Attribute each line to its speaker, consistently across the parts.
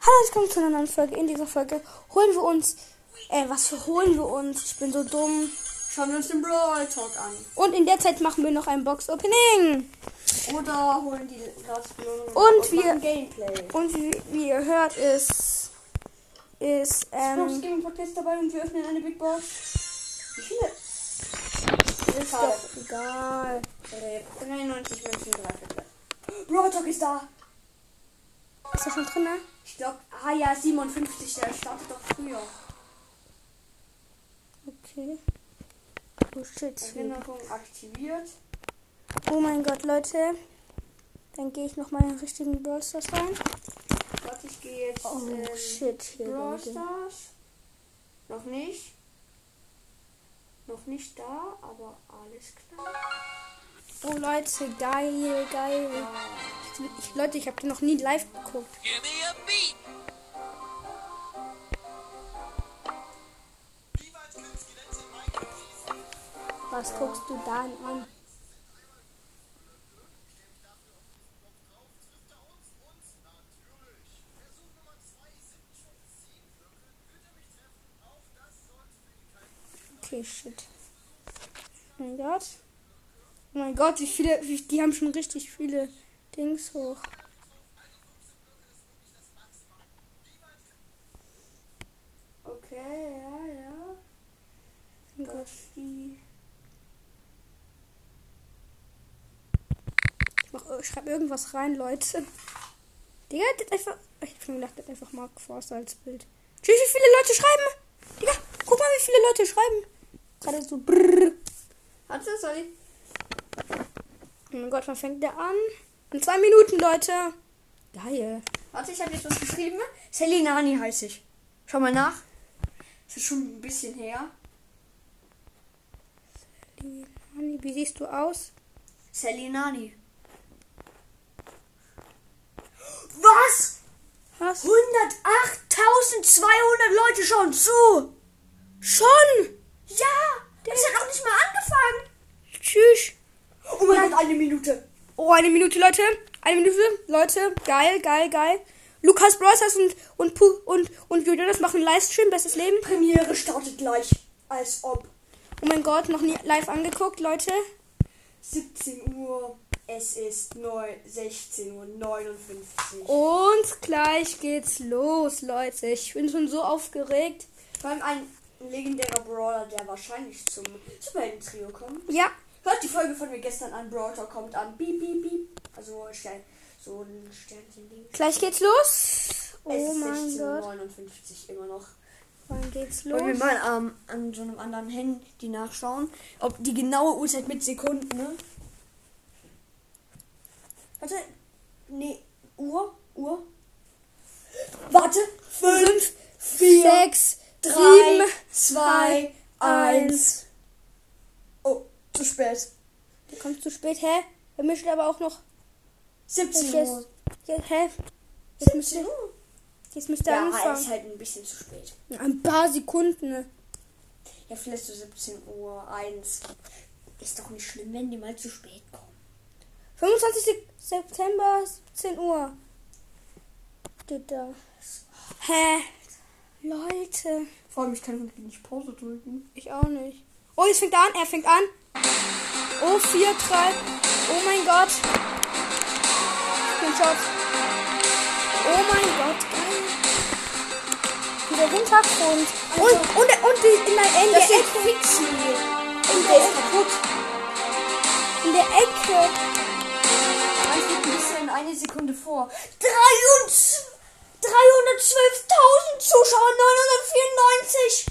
Speaker 1: Hallo, jetzt kommt zu einer neuen Folge. In dieser Folge holen wir uns. Äh, was für holen wir uns? Ich bin so dumm.
Speaker 2: Schauen wir uns den Brawl Talk an.
Speaker 1: Und in der Zeit machen wir noch ein Box-Opening.
Speaker 2: Oder holen die das Und,
Speaker 1: wir-
Speaker 2: machen Gameplay.
Speaker 1: Und wie, wie ihr hört, ist. Ist,
Speaker 2: Props
Speaker 1: ähm.
Speaker 2: Gaming Podcast dabei und wir öffnen eine Big Box. Wie viele?
Speaker 1: Ist doch egal.
Speaker 2: Äh, 93 Münzen, drei Viertel. Brawl Talk ist da.
Speaker 1: Ist das schon drin, ne?
Speaker 2: Ich glaube, ah ja, 57, der startet doch früher.
Speaker 1: Okay. Oh shit.
Speaker 2: Erinnerung aktiviert.
Speaker 1: Oh mein Gott, Leute. Dann gehe ich nochmal in den richtigen Brawl Stars rein.
Speaker 2: Warte, ich gehe jetzt
Speaker 1: Oh
Speaker 2: in
Speaker 1: shit, hier.
Speaker 2: Ähm, Brawl
Speaker 1: Leute.
Speaker 2: Stars. Noch nicht. Noch nicht da, aber alles klar.
Speaker 1: Oh Leute, geil, geil. Ich, Leute, ich habe die noch nie live geguckt.
Speaker 3: Give me a beat.
Speaker 1: Was guckst du da an? Okay, shit. Oh mein Gott. Oh mein Gott, wie viele, wie, die haben schon richtig viele Dings hoch.
Speaker 2: Okay, ja, ja.
Speaker 1: Oh mein Gott.
Speaker 2: Die
Speaker 1: Ich mach, ich schreib irgendwas rein, Leute. Digga, das einfach. Ich hab schon gedacht, das einfach Mark Forster als Bild. Tschüss, wie viele Leute schreiben? Digga, guck mal, wie viele Leute schreiben. Gerade so brrr.
Speaker 2: Hat sie, soll ich?
Speaker 1: Oh mein Gott, wann fängt der an? In zwei Minuten, Leute. Geil.
Speaker 2: Warte, ich habe jetzt was geschrieben. Selinani heiße ich. Schau mal nach. Das ist schon ein bisschen her.
Speaker 1: Die- Hani, Wie siehst du aus?
Speaker 2: Selinani. Was?
Speaker 1: Was?
Speaker 2: 108.200 Leute schauen zu.
Speaker 1: Schon!
Speaker 2: Ja, das hat noch nicht mal angefangen.
Speaker 1: Tschüss.
Speaker 2: Oh mein Gott, eine Minute.
Speaker 1: Oh, eine Minute, Leute. Eine Minute, Leute. Geil, geil, geil. Lukas Brothers und und Pu und und Jonas machen einen Livestream, bestes Leben.
Speaker 2: Premiere startet gleich. Als ob.
Speaker 1: Oh mein Gott, noch nie live angeguckt, Leute.
Speaker 2: 17 Uhr. Es ist neu- 16.59 Uhr.
Speaker 1: Und gleich geht's los, Leute. Ich bin schon so aufgeregt.
Speaker 2: Vor allem ein legendärer Brawler, der wahrscheinlich zum Superhelden-Trio kommt.
Speaker 1: Ja,
Speaker 2: Hört die Folge von mir gestern an, Brawl Talk kommt an. Beep, beep, beep. Also Stern, so ein Sternchen-Ding.
Speaker 1: gleich geht's los.
Speaker 2: es
Speaker 1: Oh
Speaker 2: ist
Speaker 1: mein Gott.
Speaker 2: 16.59 Uhr immer noch.
Speaker 1: Wann geht's
Speaker 2: Wollen wir
Speaker 1: los?
Speaker 2: mal ähm, an so einem anderen Handy nachschauen, ob die genaue Uhrzeit mit Sekunden, ne? Warte, nee, Uhr, Uhr. Warte, 5, 4,
Speaker 1: Sechs,
Speaker 2: Drei,
Speaker 1: sieben.
Speaker 2: zwei, eins. Oh, zu spät.
Speaker 1: Du kommst zu spät, hä? Wir müssen aber auch noch.
Speaker 2: 17
Speaker 1: Jetzt,
Speaker 2: Uhr.
Speaker 1: jetzt, hä? Jetzt
Speaker 2: 17
Speaker 1: müsste,
Speaker 2: Uhr?
Speaker 1: jetzt müsste
Speaker 2: Ja, ist
Speaker 1: anfangen.
Speaker 2: halt ein bisschen zu spät.
Speaker 1: Ein paar Sekunden. ne?
Speaker 2: Ja, vielleicht so 17 Uhr, 1. Ist doch nicht schlimm, wenn die mal zu spät kommen.
Speaker 1: 25. Sek- September, 17 Uhr. Steht da. Hä? Leute.
Speaker 2: Vor allem, ich kann nicht Pause drücken.
Speaker 1: Ich auch nicht. Oh, jetzt fängt er an. Er fängt an. Oh, 4, 3. Oh mein Gott. Screenshot. Oh mein Gott. Geil. Und der Hintergrund. Und, und, und die, in, der, in, der
Speaker 2: Das ist
Speaker 1: Ecke,
Speaker 2: Fixen hier.
Speaker 1: in,
Speaker 2: Und
Speaker 1: der
Speaker 2: der ist
Speaker 1: Ecke,
Speaker 2: kaputt.
Speaker 1: in der Ecke.
Speaker 2: Eins liegt ein bisschen eine Sekunde vor. 312.000 Zuschauer, 994.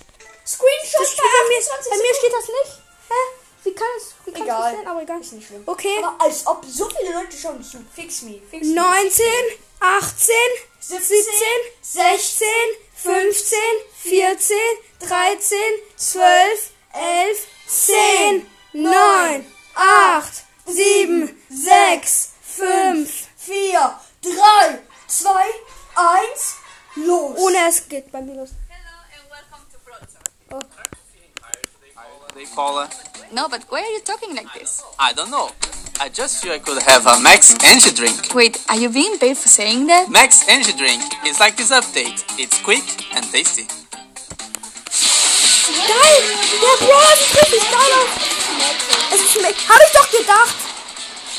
Speaker 2: Screenshot
Speaker 1: Das steht bei, mir, bei mir steht das nicht. Hä? Wie kann es? Wie kann
Speaker 2: Egal.
Speaker 1: Das denn? Aber egal.
Speaker 2: Ist nicht schlimm.
Speaker 1: Okay.
Speaker 2: Aber als ob so viele Leute schauen zu. Fix me, fix me.
Speaker 1: 19, 18,
Speaker 2: 17,
Speaker 1: 16, 15, 14, 13, 12, 11, 10, 9, 8, 7, 6, 5.
Speaker 2: 4, 3, 2, 1, los.
Speaker 1: Ohne es geht bei mir los.
Speaker 4: Hello and welcome to Broadsword.
Speaker 3: They call us.
Speaker 4: No, but why are you talking like this?
Speaker 3: I don't know. I just knew I could have a Max Energy drink.
Speaker 5: Wait, are you being paid for saying that?
Speaker 3: Max Energy drink is like this update. It's quick and tasty.
Speaker 1: Geil! Der Brawl sieht richtig geil aus. Es schmeckt. Hab ich doch gedacht.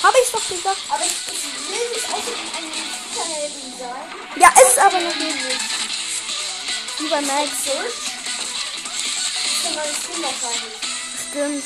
Speaker 1: Hab ich doch gedacht.
Speaker 6: Aber ich, ich will nicht auch in einem Superhelden sein.
Speaker 1: Ja, ist es aber noch nicht. Wie bei Max.
Speaker 6: Ich kann meine Stimme rein.
Speaker 1: Stimmt.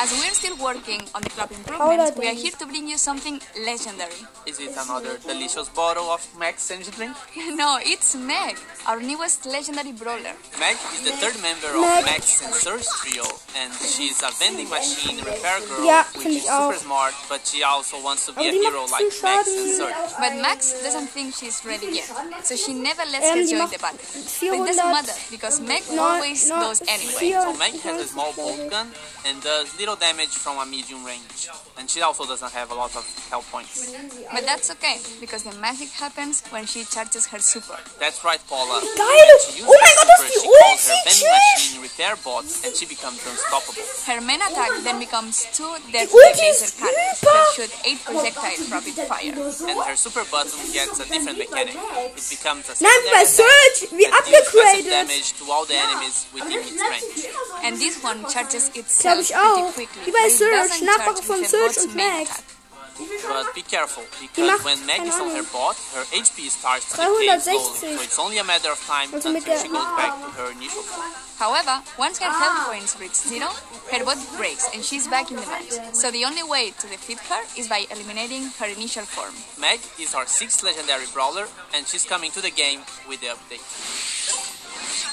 Speaker 5: As we're still working on the club
Speaker 1: Hola,
Speaker 5: improvements, we are
Speaker 1: Denise.
Speaker 5: here to bring you something legendary.
Speaker 3: Is it another delicious bottle of Max Energy drink?
Speaker 5: no, it's Meg, our newest legendary brawler.
Speaker 3: Meg is the third member of Max and Surge trio, and she's a vending machine repair girl,
Speaker 1: Ja,
Speaker 3: which
Speaker 1: finde
Speaker 3: is
Speaker 1: ich auch.
Speaker 3: super smart, but she also wants to be
Speaker 1: Aber
Speaker 3: a
Speaker 1: die macht
Speaker 3: hero
Speaker 1: zu
Speaker 3: like oh. Max and
Speaker 1: Schaden.
Speaker 3: Surge.
Speaker 5: But Max doesn't think she's ready yet, so she never lets
Speaker 1: Ähm,
Speaker 5: her
Speaker 1: die
Speaker 5: join
Speaker 1: macht
Speaker 5: the battle. But it
Speaker 1: 400.
Speaker 5: doesn't matter, because Meg always
Speaker 1: neun-
Speaker 5: knows anyway.
Speaker 1: vier-
Speaker 3: So Meg has a small bolt gun and does little damage from a medium range, and she also doesn't have a lot of health points.
Speaker 5: But that's okay, because the magic happens when she charges her super.
Speaker 3: That's right, Paula. She
Speaker 1: Geil!
Speaker 3: uses
Speaker 1: Oh mein Gott,
Speaker 3: her
Speaker 1: das
Speaker 3: super,
Speaker 1: ist die
Speaker 3: she calls her
Speaker 1: Ulti!
Speaker 3: vending
Speaker 1: Tschüss!
Speaker 3: machine repair bots, and she becomes unstoppable.
Speaker 5: Her main attack then becomes two deadly
Speaker 1: Ulti
Speaker 5: laser
Speaker 1: ist
Speaker 5: cannons
Speaker 1: super.
Speaker 5: that shoot eight projectiles rapid fire.
Speaker 3: and her super button gets a different mechanic. It becomes
Speaker 1: Nein,
Speaker 3: a secondary
Speaker 1: bei
Speaker 3: attack
Speaker 1: Surge, wie
Speaker 3: that deals massive
Speaker 1: abgegradet.
Speaker 3: damage to all the enemies within its range.
Speaker 5: And this one charges
Speaker 1: Glaub
Speaker 5: itself
Speaker 1: ich auch.
Speaker 5: pretty quickly.
Speaker 1: Wie bei
Speaker 5: but it
Speaker 1: Surge,
Speaker 5: doesn't
Speaker 1: Nachmache
Speaker 5: charge
Speaker 1: von
Speaker 5: with her
Speaker 1: Surge
Speaker 5: bot's
Speaker 1: und
Speaker 5: main
Speaker 1: Max.
Speaker 5: attack.
Speaker 3: But be careful,
Speaker 1: macht-
Speaker 3: because when Meg
Speaker 1: keine
Speaker 3: is on her
Speaker 1: Ahnung.
Speaker 3: bot, her HP starts to decay slowly,
Speaker 1: 360.
Speaker 3: so it's only a matter of time
Speaker 1: Also
Speaker 3: until
Speaker 1: mit
Speaker 3: she
Speaker 1: der-
Speaker 3: goes back to her initial form.
Speaker 5: However, once her health points reach zero, her bot breaks and she's back in the match. So the only way to defeat her is by eliminating her initial form.
Speaker 3: Meg is our sixth legendary brawler, and she's coming to the game with the update.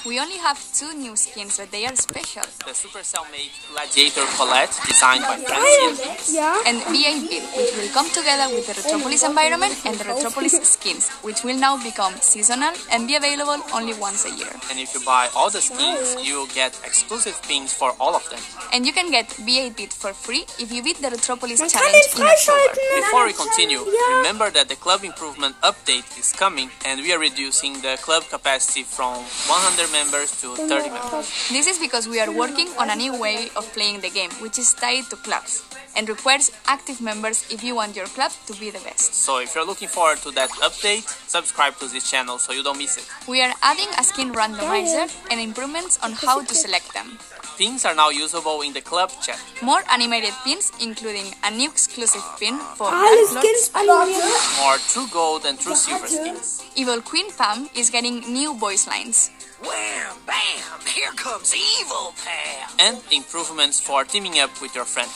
Speaker 5: We only have two new skins, but they are special.
Speaker 3: The Supercell made Gladiator Colette, designed by Francia,
Speaker 1: Ja.
Speaker 5: And V8 build, which will come together with the Retropolis environment and the Retropolis skins, which will now become seasonal and be available only once a year.
Speaker 3: and if you buy all the skins, you'll get exclusive pins for all of them.
Speaker 5: And you can get V8 build for free if you beat the Retropolis
Speaker 1: Man kann den
Speaker 5: challenge in October.
Speaker 1: freischalten.
Speaker 3: Before we continue,
Speaker 1: Ja.
Speaker 3: remember that the club improvement update is coming and we are reducing the club capacity from 100 members to 30 members.
Speaker 5: This is because we are working on a new way of playing the game, which is tied to clubs and requires active members if you want your club to be the best.
Speaker 3: So if you're looking forward to that update, subscribe to this channel so you don't miss it.
Speaker 5: We are adding a skin randomizer and improvements on how to select them.
Speaker 3: Pins are now usable in the club chat.
Speaker 5: More animated pins, including a new exclusive pin for
Speaker 2: Ah,
Speaker 1: Alle
Speaker 5: Dark Lord
Speaker 1: Skins animiert.
Speaker 3: More true gold and true silver skins.
Speaker 5: Evil Queen Pam is getting new voice lines.
Speaker 3: Wham, bam, here comes evil Pam. And improvements for teaming up with your friends.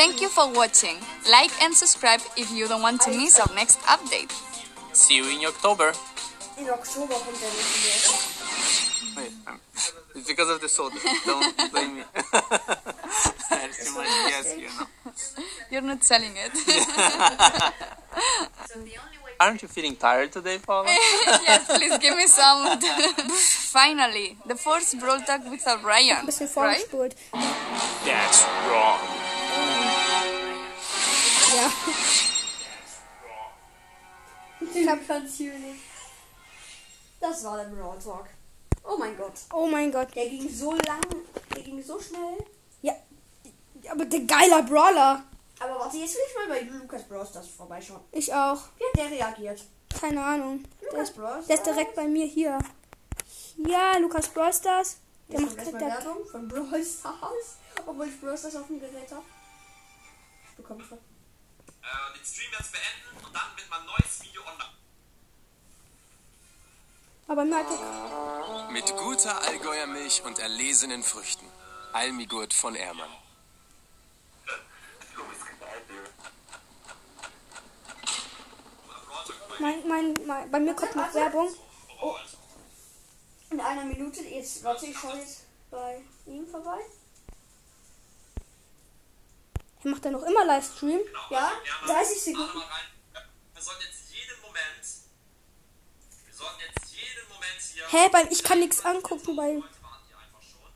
Speaker 5: Thank you for watching. Like and subscribe if you don't want to miss our next update.
Speaker 3: See you in October.
Speaker 6: In Oktober kommt der nächste.
Speaker 3: Wait, um, it's because of the soda. Don't blame me. There's too much yes here now.
Speaker 5: You're not selling it.
Speaker 3: Aren't you feeling tired today, Paula?
Speaker 5: yes, please give me some. Finally, the first Brawl Talk without Ryan.
Speaker 1: Bisschen
Speaker 5: Right?
Speaker 1: vorgespult.
Speaker 3: That's wrong.
Speaker 1: Ja.
Speaker 2: Ich hab natürlich. Das war der Brawl Talk. Oh mein Gott.
Speaker 1: Oh mein Gott.
Speaker 2: Der ging so lang, der ging so schnell.
Speaker 1: Ja. Aber der geiler Brawler.
Speaker 2: Aber warte, jetzt will ich mal bei Lukas Bros. das vorbeischauen.
Speaker 1: Ich auch.
Speaker 2: Wie hat der reagiert?
Speaker 1: Keine Ahnung. Der
Speaker 2: Lukas
Speaker 1: ist,
Speaker 2: Bros.
Speaker 1: der ist direkt bei mir hier. Ja, Lukas Brawlstars. Der macht
Speaker 2: erstmal
Speaker 1: der
Speaker 2: Werbung von Brawl Stars. Obwohl ich Brawl Stars auf dem Gerät habe. Ich bekomme schon.
Speaker 7: äh, den Stream jetzt beenden und dann wird mein neues Video online.
Speaker 1: Aber mir hat der
Speaker 8: Mit guter Allgäuer Milch und erlesenen Früchten. Almigurt von Ermann.
Speaker 1: mein, mein, mein, bei mir kommt noch Werbung.
Speaker 2: In einer Minute, jetzt warte, ich schaue jetzt bei ihm vorbei.
Speaker 1: Er macht ja noch immer Livestream.
Speaker 7: Genau,
Speaker 2: Ja, 30
Speaker 7: also Alle
Speaker 2: Sekunden.
Speaker 7: mal rein. Wir sollten jetzt jeden Moment, wir sollten jetzt jeden Moment hier.
Speaker 1: Hä, bei, ich kann nichts angucken bei.
Speaker 7: Leute warten hier einfach schon.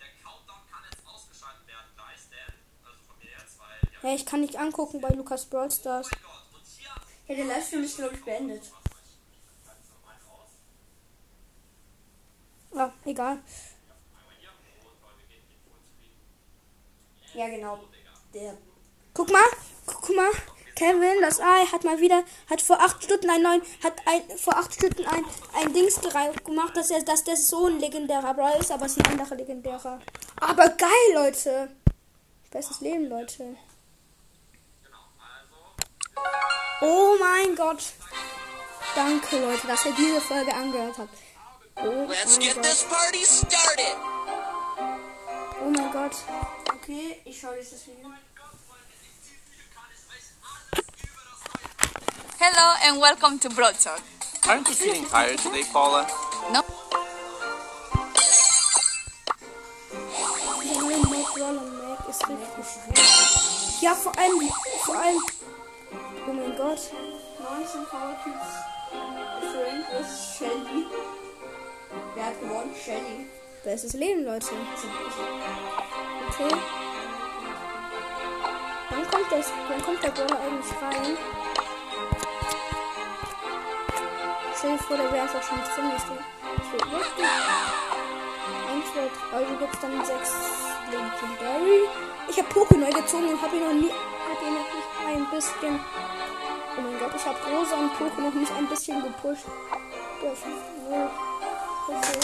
Speaker 7: Der Countdown kann jetzt ausgeschaltet werden gleich, denn, also von mir jetzt, weil, ja,
Speaker 1: Hä, ich kann nicht angucken bei Lukas Brawlstars.
Speaker 7: mein Gott. Und hier
Speaker 2: Ja, der Livestream ist, glaube ich, beendet.
Speaker 1: Ja, Ah, egal.
Speaker 2: Ja, genau. Der
Speaker 1: Guck mal, guck mal. Kevin, das Ei, hat mal wieder, hat vor acht Stunden ein neuen, hat ein, vor acht Stunden ein, ein Dings drauf gemacht, dass er, dass das so ein legendärer Brawl ist, aber es ist ein anderer legendärer. Aber geil, Leute. Bestes Leben, Leute. Oh mein Gott. Danke, Leute, dass ihr diese Folge angehört habt. Oh mein Gott.
Speaker 3: party started!
Speaker 1: Oh mein Gott.
Speaker 2: Okay, ich schaue jetzt das Video.
Speaker 5: Hello and welcome to Broad Talk.
Speaker 3: Aren't you feeling tired today, Paula?
Speaker 5: No,
Speaker 1: Die neue Mac Roll und Mac ist richtig schwer. Ja, vor allem, vor allem. Oh mein Gott.
Speaker 2: 19 Power Kills. Frank vs. Shelly. Wer hat gewonnen? Shelly.
Speaker 1: Bestes Leben, Leute. Okay. Wann kommt, das, wann kommt der Brawler eigentlich rein? Stell dir vor, der wäre einfach schon drin. Das wird das wird lustig. Eins wird, also gibt es dann sechs Legendary. Ich habe Poké neu gezogen und habe ihn noch nie, hab ihn noch nicht ein bisschen. Oh mein Gott, ich habe Rosa und Poké noch nicht ein bisschen gepusht. Boah, ich- oh, okay.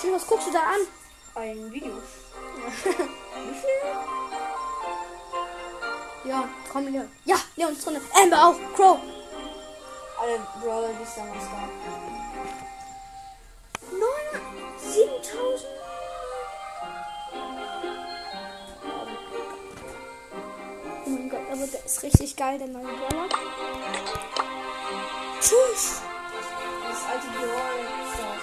Speaker 1: Tim, was guckst du da an?
Speaker 2: Ein Video.
Speaker 1: Ja, komm, Leon. Ja, Leon ist drin. Amber auch. Crow.
Speaker 2: Alle Brawler, die es damals gab.
Speaker 1: 7000. Oh mein Gott, aber der ist richtig geil, der neue Brawler. Tschüss.
Speaker 2: Das alte Brawler ist das.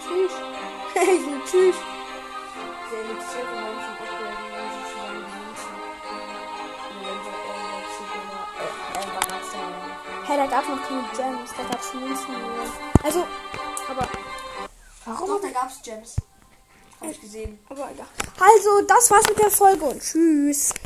Speaker 1: Tschüss. Tschüss.
Speaker 2: Der Elixier von heute schon abgeladen, wenn sie zusammen sitzen. Und dann sagt er, der Elixier, äh, er war nachts da.
Speaker 1: Hey, da gab's noch keine Gems. Da gab's Münzen. Also, aber... Warum
Speaker 2: Doch, da gab's Gems. Hab ich gesehen.
Speaker 1: Aber egal. Also, das war's mit der Folge und tschüss.